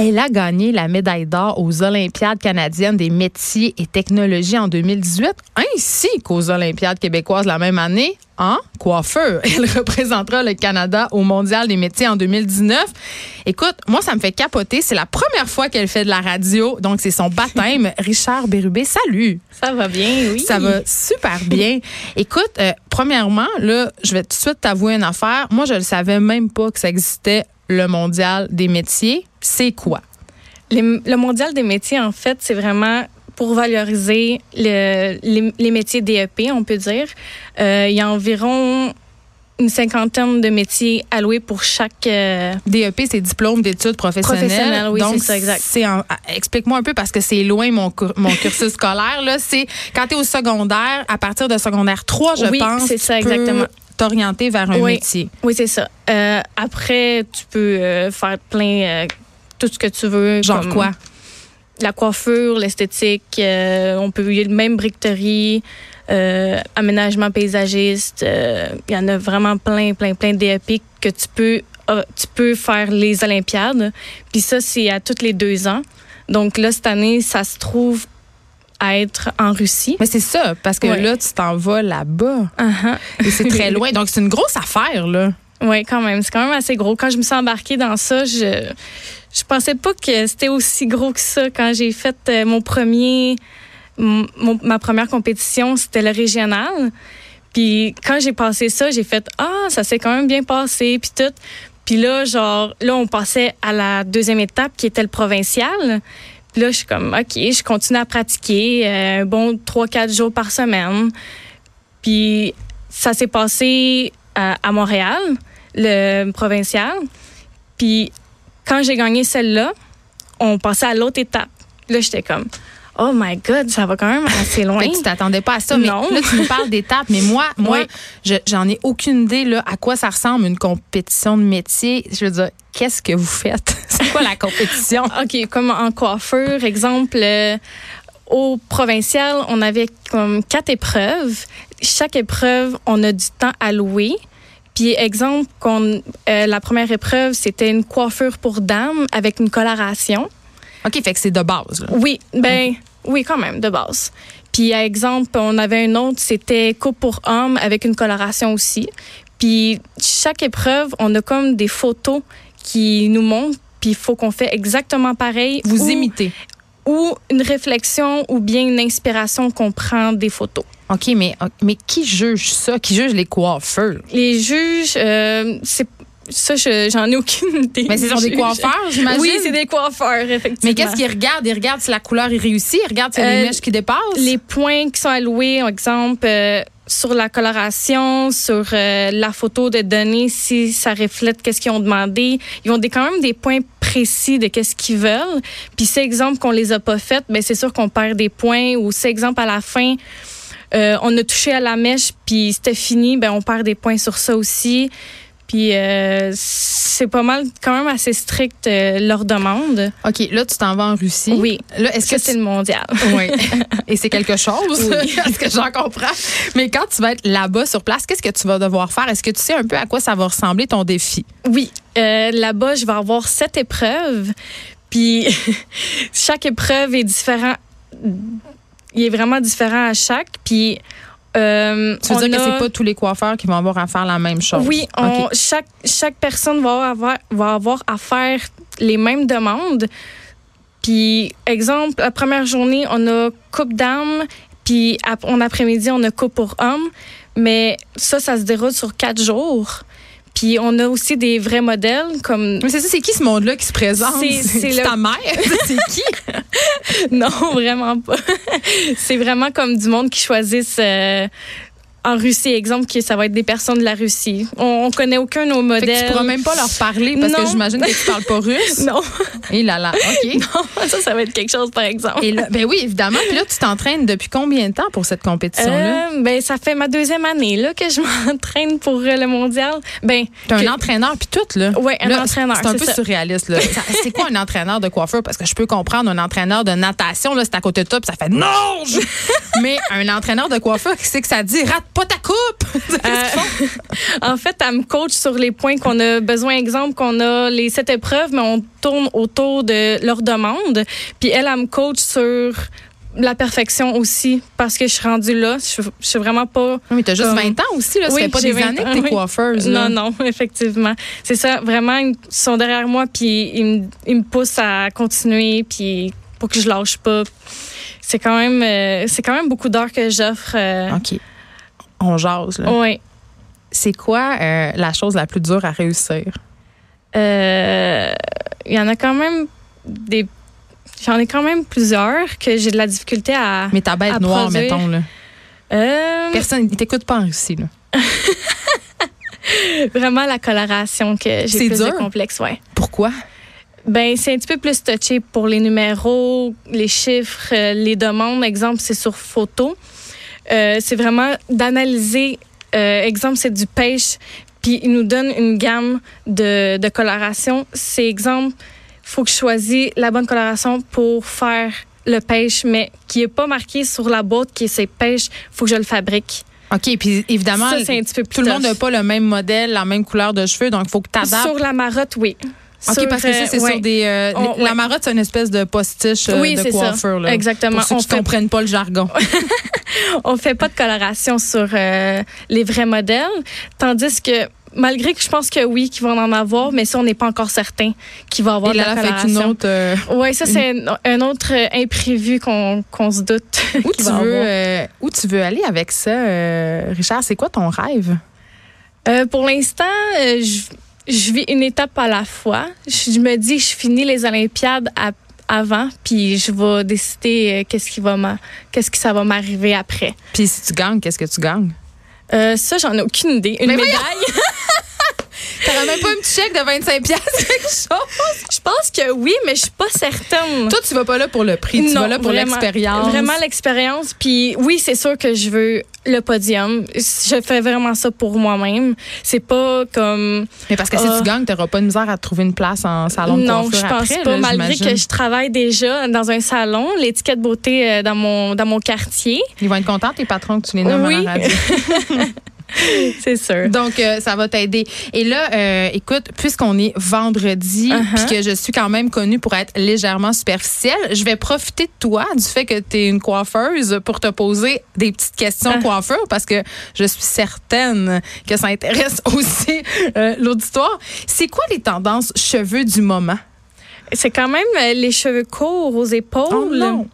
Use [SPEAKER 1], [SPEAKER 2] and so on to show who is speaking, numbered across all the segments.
[SPEAKER 1] Elle a gagné la médaille d'or aux Olympiades canadiennes des métiers et technologies en 2018, ainsi qu'aux Olympiades québécoises la même année en coiffeur. Elle représentera le Canada au Mondial des métiers en 2019. Écoute, moi, ça me fait capoter. C'est la première fois qu'elle fait de la radio, donc c'est son baptême. Richard Bérubé, salut.
[SPEAKER 2] Ça va bien, oui.
[SPEAKER 1] Ça va super bien. Écoute, euh, premièrement, là, je vais tout de suite t'avouer une affaire. Moi, je ne savais même pas que ça existait le Mondial des métiers. C'est quoi?
[SPEAKER 2] Les- le Mondial des métiers, en fait, c'est vraiment pour valoriser le- les, les métiers DEP, on peut dire. Euh, Il y a environ une cinquantaine de métiers alloués pour chaque... euh,
[SPEAKER 1] DEP, E c'est diplôme d'études professionnelles.
[SPEAKER 2] Professionnelles, oui,
[SPEAKER 1] Donc,
[SPEAKER 2] c'est ça, exact.
[SPEAKER 1] c'est en- ah, Explique-moi un peu parce que c'est loin mon, cur- mon cursus scolaire. Là, c'est quand tu es au secondaire, à partir de secondaire 3, je
[SPEAKER 2] Oui,
[SPEAKER 1] pense,
[SPEAKER 2] c'est ça,
[SPEAKER 1] tu peux
[SPEAKER 2] exactement.
[SPEAKER 1] t'orienter vers un
[SPEAKER 2] Oui.
[SPEAKER 1] métier.
[SPEAKER 2] oui, c'est ça. Euh, après, tu peux euh, faire plein... euh, tout ce que tu veux.
[SPEAKER 1] Genre
[SPEAKER 2] comme
[SPEAKER 1] quoi?
[SPEAKER 2] La coiffure, l'esthétique, euh, on peut y même briqueterie, euh, aménagement paysagiste. euh, Il y en a vraiment plein, plein, plein de DAP que tu peux, euh, tu peux faire les Olympiades. Puis ça, c'est à toutes les deux ans. Donc là, cette année, ça se trouve à être en Russie.
[SPEAKER 1] Mais c'est ça, parce que
[SPEAKER 2] Ouais.
[SPEAKER 1] là, tu t'en vas là-bas.
[SPEAKER 2] Uh-huh.
[SPEAKER 1] Et c'est très loin. Donc, c'est une grosse affaire, là.
[SPEAKER 2] Oui, quand même. C'est quand même assez gros. Quand je me suis embarquée dans ça, je je pensais pas que c'était aussi gros que ça. Quand j'ai fait euh, mon premier, m- mon- ma première compétition, c'était le régional. Puis quand j'ai passé ça, j'ai fait ah ça s'est quand même bien passé puis tout. Puis là genre là on passait à la deuxième étape qui était le provincial. Puis là je suis comme ok je continue à pratiquer euh, un bon trois quatre jours par semaine. Puis ça s'est passé à, à Montréal, le provincial. Puis quand j'ai gagné celle-là, on passait à l'autre étape. Là, j'étais comme, oh my God, ça va quand même assez loin.
[SPEAKER 1] Fait que tu t'attendais pas à ça. Mais
[SPEAKER 2] Non.
[SPEAKER 1] là, tu me parles d'étapes. Mais moi, moi
[SPEAKER 2] Ouais.
[SPEAKER 1] je- j'en ai aucune idée là, à quoi ça ressemble une compétition de métier. Je veux dire, qu'est-ce que vous faites? C'est quoi la compétition?
[SPEAKER 2] OK, comme en coiffeur, exemple, euh, au provincial, on avait comme quatre épreuves. Chaque épreuve, on a du temps alloué. Puis, exemple, qu'on, euh, la première épreuve, c'était une coiffure pour dames avec une coloration.
[SPEAKER 1] OK, fait que c'est de base. là.
[SPEAKER 2] Oui, ben oui quand même de base. Puis à exemple, on avait un autre, c'était coupe pour hommes avec une coloration aussi. Puis chaque épreuve, on a comme des photos qui nous montrent puis il faut qu'on fait exactement pareil
[SPEAKER 1] Vous
[SPEAKER 2] ou,
[SPEAKER 1] imitez.
[SPEAKER 2] ou une réflexion ou bien une inspiration qu'on prend des photos.
[SPEAKER 1] OK, mais, mais qui juge ça? Qui juge les coiffeurs?
[SPEAKER 2] Les juges euh, c'est ça je- j'en ai aucune idée.
[SPEAKER 1] Mais ce sont des
[SPEAKER 2] Juges.
[SPEAKER 1] coiffeurs, j'imagine?
[SPEAKER 2] Oui, c'est des coiffeurs effectivement.
[SPEAKER 1] Mais qu'est-ce qu'ils regardent? Ils regardent si la couleur est réussie, ils regardent s'il y a des
[SPEAKER 2] Euh,
[SPEAKER 1] mèches qui dépassent.
[SPEAKER 2] les points qui sont alloués, par exemple, euh, sur la coloration, sur euh, la photo de données, si ça reflète qu'est-ce qu'ils ont demandé. Ils ont des, quand même des points précis de qu'est-ce qu'ils veulent. Puis, ces exemples qu'on les a pas faits, ben c'est sûr qu'on perd des points. Ou ces exemples à la fin, euh, on a touché à la mèche, puis c'était fini, ben on perd des points sur ça aussi. Puis, euh, c'est pas mal, quand même assez strict euh, leur demande.
[SPEAKER 1] OK, là, tu t'en vas en Russie.
[SPEAKER 2] Oui.
[SPEAKER 1] Là, est-ce
[SPEAKER 2] Est-ce que
[SPEAKER 1] que
[SPEAKER 2] c'est le mondial?
[SPEAKER 1] tu- Oui. Et c'est quelque chose, parce que j'en comprends. Mais quand tu vas être là-bas sur place, qu'est-ce que tu vas devoir faire? Est-ce que tu sais un peu à quoi ça va ressembler ton défi?
[SPEAKER 2] Oui, euh, là-bas, je vais avoir sept épreuves. Puis chaque épreuve est différent. Il est vraiment différent à chaque. Puis euh,
[SPEAKER 1] Tu veux
[SPEAKER 2] on
[SPEAKER 1] dire que
[SPEAKER 2] a-
[SPEAKER 1] c'est pas tous les coiffeurs qui vont avoir à faire la même chose?
[SPEAKER 2] Oui, on- chaque, chaque personne va avoir, va avoir à faire les mêmes demandes. Puis, exemple, la première journée, on a coupe d'âme, puis ap- en après-midi, on a coupe pour hommes. Mais ça, ça se déroule sur quatre jours. Puis, on a aussi des vrais modèles comme
[SPEAKER 1] Mais c'est ça, c'est qui ce monde-là qui se présente?
[SPEAKER 2] C'est- c'est le-
[SPEAKER 1] ta mère? c'est qui?
[SPEAKER 2] Non, vraiment pas. c'est vraiment comme du monde qui choisissent euh, en Russie, exemple, que ça va être des personnes de la Russie. On, on connaît aucun de nos
[SPEAKER 1] Fait
[SPEAKER 2] modèles.
[SPEAKER 1] que tu pourras même pas leur parler parce
[SPEAKER 2] Non.
[SPEAKER 1] que j'imagine que tu parles pas russe.
[SPEAKER 2] Non,
[SPEAKER 1] Et là là, OK.
[SPEAKER 2] non, ça, ça va être quelque chose, par exemple.
[SPEAKER 1] Et là, ben oui, évidemment. Puis là, tu t'entraînes depuis combien de temps pour cette compétition-là?
[SPEAKER 2] Euh, ben, ça fait ma deuxième année là, que je m'entraîne pour euh, le mondial. Ben,
[SPEAKER 1] T'es un
[SPEAKER 2] que-
[SPEAKER 1] entraîneur, puis tout, là.
[SPEAKER 2] Ouais, un
[SPEAKER 1] Là,
[SPEAKER 2] entraîneur,
[SPEAKER 1] C'est un
[SPEAKER 2] c'est
[SPEAKER 1] peu
[SPEAKER 2] ça.
[SPEAKER 1] surréaliste, là. Ça- C'est quoi un entraîneur de coiffeur? Parce que je peux comprendre, un entraîneur de natation, là, c'est à côté de toi, puis ça fait non! je- Mais un entraîneur de coiffeur, qui c'est que ça dit? Rate pas ta coupe!
[SPEAKER 2] Euh, en fait, elle me coach sur les points qu'on a besoin. Exemple, qu'on a les sept épreuves, mais on tourne autour de leur demande. Puis elle, elle me coach sur la perfection aussi, parce que je suis rendue là. Je, suis- je suis vraiment pas...
[SPEAKER 1] Non, Ah, mais t'as juste
[SPEAKER 2] Comme-
[SPEAKER 1] 20 ans aussi, là. Ça
[SPEAKER 2] Oui,
[SPEAKER 1] fait pas
[SPEAKER 2] j'ai
[SPEAKER 1] des
[SPEAKER 2] 20
[SPEAKER 1] années que
[SPEAKER 2] ans,
[SPEAKER 1] t'es
[SPEAKER 2] oui.
[SPEAKER 1] coiffeuse, là.
[SPEAKER 2] Non, non, effectivement. C'est ça, vraiment, ils sont derrière moi, puis ils me, ils me poussent à continuer, puis pour que je lâche pas. C'est quand même, euh, c'est quand même beaucoup d'heures que j'offre. euh,
[SPEAKER 1] OK. On jase, là.
[SPEAKER 2] Ah, ouais.
[SPEAKER 1] C'est quoi euh, la chose la plus dure à réussir?
[SPEAKER 2] Euh, Il y en a quand même des. J'en ai quand même plusieurs que j'ai de la difficulté à.
[SPEAKER 1] Mais ta bête
[SPEAKER 2] À
[SPEAKER 1] noire,
[SPEAKER 2] produire.
[SPEAKER 1] mettons, là.
[SPEAKER 2] Euh,
[SPEAKER 1] Personne, il t'écoute pas en Russie, là.
[SPEAKER 2] vraiment la coloration que
[SPEAKER 1] C'est
[SPEAKER 2] j'ai plus de
[SPEAKER 1] dur?
[SPEAKER 2] complexe, ouais.
[SPEAKER 1] Pourquoi?
[SPEAKER 2] Ben, c'est un petit peu plus touché pour les numéros, les chiffres, euh, les demandes. Exemple, c'est sur photo. Euh, c'est vraiment d'analyser. euh, exemple, c'est du pêche. Puis, il nous donne une gamme de, de coloration. C'est exemple, faut que je choisisse la bonne coloration pour faire le pêche, mais qui est pas marqué sur la boîte qui est c'est pêche. faut que je le fabrique.
[SPEAKER 1] OK, puis évidemment,
[SPEAKER 2] ça, c'est un petit peu plus
[SPEAKER 1] tout le monde
[SPEAKER 2] tough.
[SPEAKER 1] n'a pas le même modèle, la même couleur de cheveux, donc il faut que tu adaptes.
[SPEAKER 2] Sur la marotte, oui.
[SPEAKER 1] OK,
[SPEAKER 2] Sur,
[SPEAKER 1] parce que
[SPEAKER 2] euh,
[SPEAKER 1] ça, c'est
[SPEAKER 2] ouais.
[SPEAKER 1] sur des. euh,
[SPEAKER 2] On-
[SPEAKER 1] les- La
[SPEAKER 2] ouais.
[SPEAKER 1] marotte, c'est une espèce de postiche euh,
[SPEAKER 2] Oui,
[SPEAKER 1] de
[SPEAKER 2] c'est ça.
[SPEAKER 1] coiffure. Là,
[SPEAKER 2] Exactement.
[SPEAKER 1] Pour ceux
[SPEAKER 2] On
[SPEAKER 1] qui ne
[SPEAKER 2] fait-
[SPEAKER 1] comprennent pas le jargon.
[SPEAKER 2] on fait pas de coloration sur euh, les vrais modèles, tandis que malgré que je pense que oui, qu'ils vont en avoir, mais ça, on n'est pas encore certain qu'il va y avoir
[SPEAKER 1] Et
[SPEAKER 2] de
[SPEAKER 1] là,
[SPEAKER 2] la
[SPEAKER 1] là, fait qu'une
[SPEAKER 2] coloration.
[SPEAKER 1] autre. euh,
[SPEAKER 2] Oui, ça, c'est un, un autre euh, imprévu qu'on qu'on se doute.
[SPEAKER 1] où, tu
[SPEAKER 2] qu'il va
[SPEAKER 1] veux,
[SPEAKER 2] avoir.
[SPEAKER 1] euh, où tu veux aller avec ça, euh, Richard? C'est quoi ton rêve?
[SPEAKER 2] Euh, pour l'instant, euh, je, je vis une étape à la fois. Je, je me dis, je finis les Olympiades à- avant, puis je vais décider euh, qu'est-ce qui va m'a- qu'est-ce que ça va m'arriver après.
[SPEAKER 1] Puis si tu gagnes, qu'est-ce que tu gagnes?
[SPEAKER 2] Euh, ça, j'en ai aucune idée. Une
[SPEAKER 1] Mais voyons!
[SPEAKER 2] médaille.
[SPEAKER 1] T'aurais même pas un petit chèque de 25 piastres, quelque chose?
[SPEAKER 2] Je pense que oui, mais je suis pas certaine.
[SPEAKER 1] Toi, tu vas pas là pour le prix, tu
[SPEAKER 2] Non,
[SPEAKER 1] vas là pour
[SPEAKER 2] vraiment-
[SPEAKER 1] l'expérience.
[SPEAKER 2] Vraiment l'expérience. Puis oui, c'est sûr que je veux le podium. Je fais vraiment ça pour moi-même. C'est pas comme.
[SPEAKER 1] Mais parce que si
[SPEAKER 2] Ah.
[SPEAKER 1] tu gagnes, t'auras pas de misère à trouver une place en salon de
[SPEAKER 2] non, je
[SPEAKER 1] coiffure
[SPEAKER 2] pense
[SPEAKER 1] après,
[SPEAKER 2] pas.
[SPEAKER 1] là,
[SPEAKER 2] malgré
[SPEAKER 1] j'imagine.
[SPEAKER 2] que je travaille déjà dans un salon, l'étiquette beauté euh, dans mon, dans mon quartier.
[SPEAKER 1] Ils vont être contents, tes patrons, que tu les nommes à
[SPEAKER 2] Oui.
[SPEAKER 1] la radio.
[SPEAKER 2] C'est sûr.
[SPEAKER 1] Donc, euh, ça va t'aider. Et là, euh, écoute, puisqu'on est vendredi,
[SPEAKER 2] Uh-huh.
[SPEAKER 1] puis que je suis quand même connue pour être légèrement superficielle, je vais profiter de toi, du fait que tu es une coiffeuse, pour te poser des petites questions
[SPEAKER 2] Ah.
[SPEAKER 1] coiffeur, parce que je suis certaine que ça intéresse aussi euh, l'auditoire. C'est quoi les tendances cheveux du moment?
[SPEAKER 2] C'est quand même euh, les cheveux courts aux épaules.
[SPEAKER 1] Oh, non!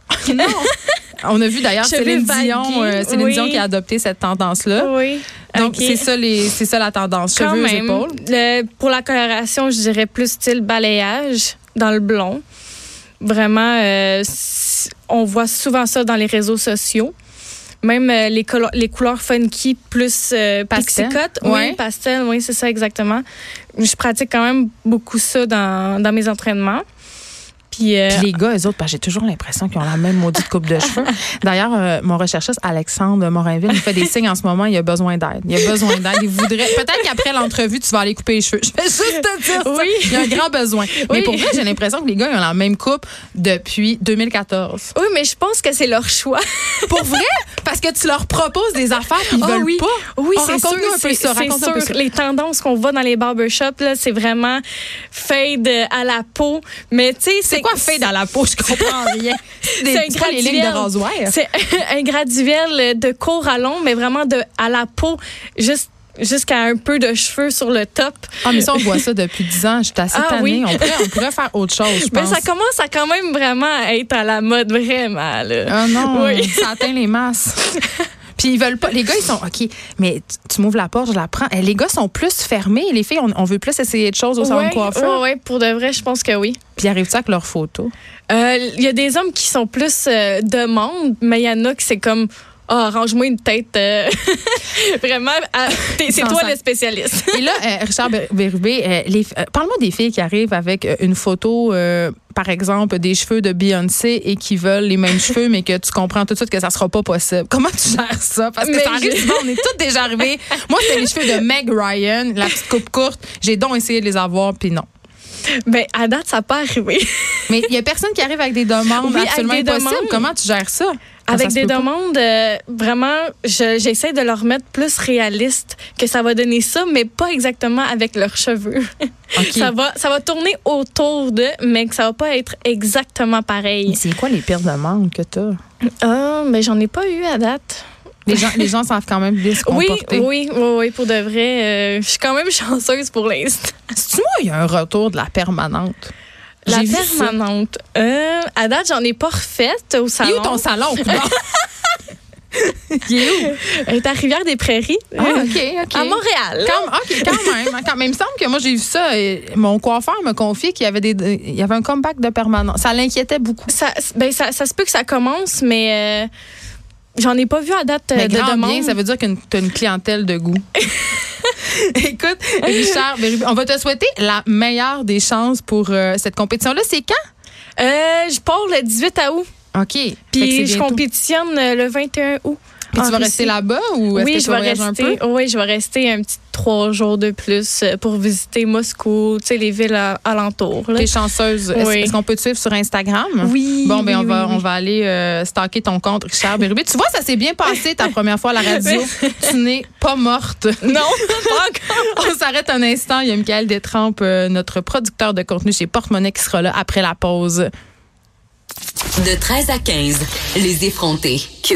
[SPEAKER 1] On a vu d'ailleurs
[SPEAKER 2] Cheveux
[SPEAKER 1] Céline Dion,
[SPEAKER 2] vagués,
[SPEAKER 1] euh, Céline
[SPEAKER 2] oui.
[SPEAKER 1] Dion qui a adopté cette tendance-là.
[SPEAKER 2] Oui.
[SPEAKER 1] Donc,
[SPEAKER 2] Ok.
[SPEAKER 1] c'est ça, les- c'est ça la tendance.
[SPEAKER 2] Quand
[SPEAKER 1] Cheveux aux
[SPEAKER 2] même.
[SPEAKER 1] épaules.
[SPEAKER 2] Le- pour la coloration, je dirais plus style balayage dans le blond. Vraiment, euh, s- on voit souvent ça dans les réseaux sociaux. Même euh, les, colo- les couleurs funky plus euh,
[SPEAKER 1] Pastel.
[SPEAKER 2] pixicotes.
[SPEAKER 1] Ouais.
[SPEAKER 2] Oui, pastel, oui, c'est ça exactement. Je pratique quand même beaucoup ça dans, dans mes entraînements. Puis, euh,
[SPEAKER 1] Puis les gars, eux autres, parce que j'ai toujours l'impression qu'ils ont la même maudite coupe de cheveux. D'ailleurs, euh, mon recherchiste Alexandre Morinville me fait des signes en ce moment, il a besoin d'aide. Il a besoin d'aide. Il voudrait. Peut-être qu'après l'entrevue, tu vas aller couper les cheveux. Je vais juste te dire ça.
[SPEAKER 2] Oui.
[SPEAKER 1] Il y a un grand besoin. Mais
[SPEAKER 2] Oui.
[SPEAKER 1] pour vrai, j'ai l'impression que les gars, ils ont la même coupe depuis 2014.
[SPEAKER 2] oui, mais je pense que c'est leur choix.
[SPEAKER 1] Pour vrai? Parce que tu leur proposes des affaires, puis ils
[SPEAKER 2] Ah
[SPEAKER 1] veulent
[SPEAKER 2] oui.
[SPEAKER 1] pas.
[SPEAKER 2] Oui,
[SPEAKER 1] Oh,
[SPEAKER 2] c'est sûr.
[SPEAKER 1] raconte-nous un peu
[SPEAKER 2] c'est-
[SPEAKER 1] ça,
[SPEAKER 2] c'est
[SPEAKER 1] raconte-nous un peu
[SPEAKER 2] sûr,
[SPEAKER 1] ça.
[SPEAKER 2] Les tendances qu'on voit dans les barbershops, là, c'est vraiment fade euh, à la peau. Mais tu sais,
[SPEAKER 1] C'est quoi fait dans la peau? Je comprends rien. Des-
[SPEAKER 2] C'est un
[SPEAKER 1] quoi, les lignes de
[SPEAKER 2] graduel.
[SPEAKER 1] rasoir.
[SPEAKER 2] C'est un graduel de court à long, mais vraiment de à la peau, juste jusqu'à un peu de cheveux sur le top.
[SPEAKER 1] Ah, mais ça, on voit ça depuis 10 ans. Je suis assez
[SPEAKER 2] Ah
[SPEAKER 1] tannée.
[SPEAKER 2] oui.
[SPEAKER 1] On, pourrait, on pourrait faire autre chose, je
[SPEAKER 2] Mais
[SPEAKER 1] pense.
[SPEAKER 2] ça commence à quand même vraiment à être à la mode vraiment. Là.
[SPEAKER 1] Ah non,
[SPEAKER 2] Oui.
[SPEAKER 1] ça atteint les masses. Puis ils veulent pas. Les gars, ils sont OK, mais tu, tu m'ouvres la porte, je la prends. Eh, Les gars sont plus fermés. Les filles, on, on veut plus essayer de choses au salon
[SPEAKER 2] ouais,
[SPEAKER 1] de coiffure.
[SPEAKER 2] ouais, ouais, pour de vrai, je pense que oui.
[SPEAKER 1] Puis arrive-tu avec leurs photos?
[SPEAKER 2] Euh, Il y a des hommes qui sont plus euh, de monde, mais il y en a qui c'est comme Ah, range-moi une tête. euh, vraiment, à- t'es- c'est
[SPEAKER 1] Sans
[SPEAKER 2] toi
[SPEAKER 1] sang.
[SPEAKER 2] le spécialiste.
[SPEAKER 1] Et là, euh, Richard Ber- Bérubé, euh, les- euh, parle-moi des filles qui arrivent avec euh, une photo, euh, par exemple, des cheveux de Beyoncé et qui veulent les mêmes cheveux, mais que tu comprends tout de suite que ça sera pas possible. Comment tu gères ça? Parce que
[SPEAKER 2] Mais
[SPEAKER 1] ça arrive
[SPEAKER 2] je-
[SPEAKER 1] souvent, on est toutes déjà arrivées. Moi, c'était les cheveux de Meg Ryan, la petite coupe courte. J'ai donc essayé de les avoir, puis non.
[SPEAKER 2] Ben, à date, ça n'a pas arrivé.
[SPEAKER 1] Mais il y a personne qui arrive avec des demandes
[SPEAKER 2] Oui, avec
[SPEAKER 1] absolument
[SPEAKER 2] des
[SPEAKER 1] impossibles.
[SPEAKER 2] demandes.
[SPEAKER 1] Comment tu gères ça? Quand
[SPEAKER 2] Avec
[SPEAKER 1] ça se
[SPEAKER 2] des
[SPEAKER 1] peut pas?
[SPEAKER 2] demandes, euh, vraiment, je- j'essaie de leur mettre plus réaliste que ça va donner ça, mais pas exactement avec leurs cheveux.
[SPEAKER 1] OK.
[SPEAKER 2] Ça va, ça va tourner autour d'eux, mais que ça va pas être exactement pareil.
[SPEAKER 1] C'est quoi les pires demandes que tu
[SPEAKER 2] Ah, mais j'en ai pas eu à date.
[SPEAKER 1] Les gens, les gens savent quand même bien se
[SPEAKER 2] Oui,
[SPEAKER 1] comporter.
[SPEAKER 2] oui, oui, oui, pour de vrai. euh, je suis quand même chanceuse pour l'instant.
[SPEAKER 1] tu moi, il y a un retour de la permanente.
[SPEAKER 2] La
[SPEAKER 1] J'ai vu ça.
[SPEAKER 2] permanente. Euh, à date, j'en ai pas refaite au
[SPEAKER 1] Il est
[SPEAKER 2] salon.
[SPEAKER 1] où ton salon? coudonc? Il est où?
[SPEAKER 2] Elle est à Rivière-des-Prairies,
[SPEAKER 1] Ah,
[SPEAKER 2] euh,
[SPEAKER 1] OK, OK.
[SPEAKER 2] à Montréal.
[SPEAKER 1] Quand, OK, quand même. hein, Quand même. Il me semble que moi, j'ai vu ça. et mon coiffeur me confiait qu'il y avait, des, il y avait un comeback de permanence. Ça l'inquiétait beaucoup.
[SPEAKER 2] Ça, ben, ça, ça se peut que ça commence, mais euh, j'en ai pas vu à date euh,
[SPEAKER 1] Mais
[SPEAKER 2] de
[SPEAKER 1] grand
[SPEAKER 2] demande.
[SPEAKER 1] bien, ça veut dire que tu as une clientèle de goût. Écoute, Richard, Bérubé, on va te souhaiter la meilleure des chances pour euh, cette compétition-là. C'est quand?
[SPEAKER 2] Euh, je pars le 18 août,
[SPEAKER 1] OK. Fait que c'est
[SPEAKER 2] puis je
[SPEAKER 1] bientôt.
[SPEAKER 2] compétitionne euh, le 21 août.
[SPEAKER 1] Puis
[SPEAKER 2] en
[SPEAKER 1] tu vas
[SPEAKER 2] Russie.
[SPEAKER 1] rester là-bas ou est-ce
[SPEAKER 2] oui,
[SPEAKER 1] que tu
[SPEAKER 2] je
[SPEAKER 1] vas
[SPEAKER 2] vais
[SPEAKER 1] voyager un
[SPEAKER 2] rester.
[SPEAKER 1] peu?
[SPEAKER 2] Oui, je vais rester un petit trois jours de plus euh, pour visiter Moscou, tu sais, les villes à- alentours. là.
[SPEAKER 1] T'es chanceuse. Est-ce
[SPEAKER 2] Oui.
[SPEAKER 1] est-ce qu'on peut te suivre sur Instagram?
[SPEAKER 2] Oui.
[SPEAKER 1] Bon, ben, on,
[SPEAKER 2] oui,
[SPEAKER 1] va,
[SPEAKER 2] oui,
[SPEAKER 1] on va aller euh, stalker ton compte, Richard Bérubé. Tu vois, ça s'est bien passé ta première fois à la radio. tu n'es pas morte.
[SPEAKER 2] oui. Non, pas encore.
[SPEAKER 1] on s'arrête un instant. Il y a Michael Détrempe, euh, notre producteur de contenu chez Portemonnaie, qui sera là après la pause.
[SPEAKER 3] De 13 à 15, les effrontés.